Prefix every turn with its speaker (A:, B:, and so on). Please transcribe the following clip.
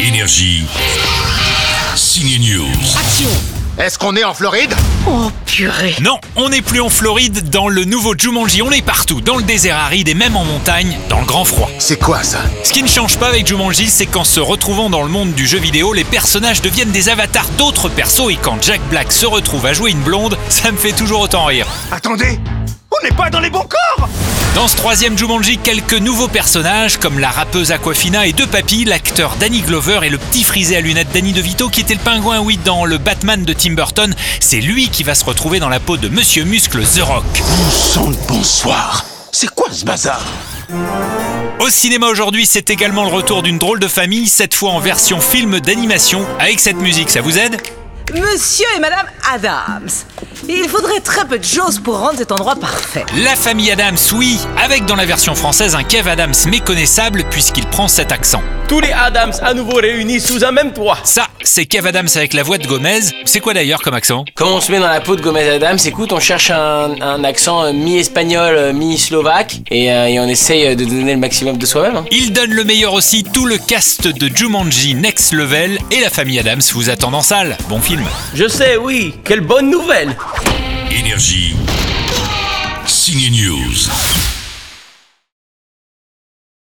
A: Énergie. Signe News.
B: Action
C: Est-ce qu'on est en Floride
B: Oh purée
D: Non, on n'est plus en Floride, dans le nouveau Jumanji, on est partout, dans le désert aride et même en montagne, dans le grand froid.
C: C'est quoi ça
D: Ce qui ne change pas avec Jumanji, c'est qu'en se retrouvant dans le monde du jeu vidéo, les personnages deviennent des avatars d'autres persos et quand Jack Black se retrouve à jouer une blonde, ça me fait toujours autant rire.
C: Attendez On n'est pas dans les bons corps
D: Dans ce troisième Jumanji, quelques nouveaux personnages comme la rappeuse Aquafina et deux papis, l'acteur Danny Glover et le petit frisé à lunettes Danny DeVito qui était le pingouin, oui, dans le Batman de Tim Burton. C'est lui qui va se retrouver dans la peau de Monsieur Muscle The Rock.
C: Sans le bonsoir C'est quoi ce bazar
D: Au cinéma aujourd'hui, c'est également le retour d'une drôle de famille, cette fois en version film d'animation. Avec cette musique, ça vous aide
E: Monsieur et Madame Adams, il faudrait très peu de choses pour rendre cet endroit parfait.
D: La famille Adams, oui, avec dans la version française un Kev Adams méconnaissable puisqu'il prend cet accent.
F: Tous les Adams à nouveau réunis sous un même toit.
D: Ça, c'est Kev Adams avec la voix de Gomez. C'est quoi d'ailleurs comme accent
F: Quand on se met dans la peau de Gomez Adams, écoute, on cherche un, un accent euh, mi-espagnol, euh, mi-slovaque, et, euh, et on essaye euh, de donner le maximum de soi-même. hein.
D: Il donne le meilleur aussi, tout le cast de Jumanji Next Level et la famille Adams vous attend en salle. Bon film.
F: Je sais, oui, quelle bonne nouvelle
A: Énergie. Signe News.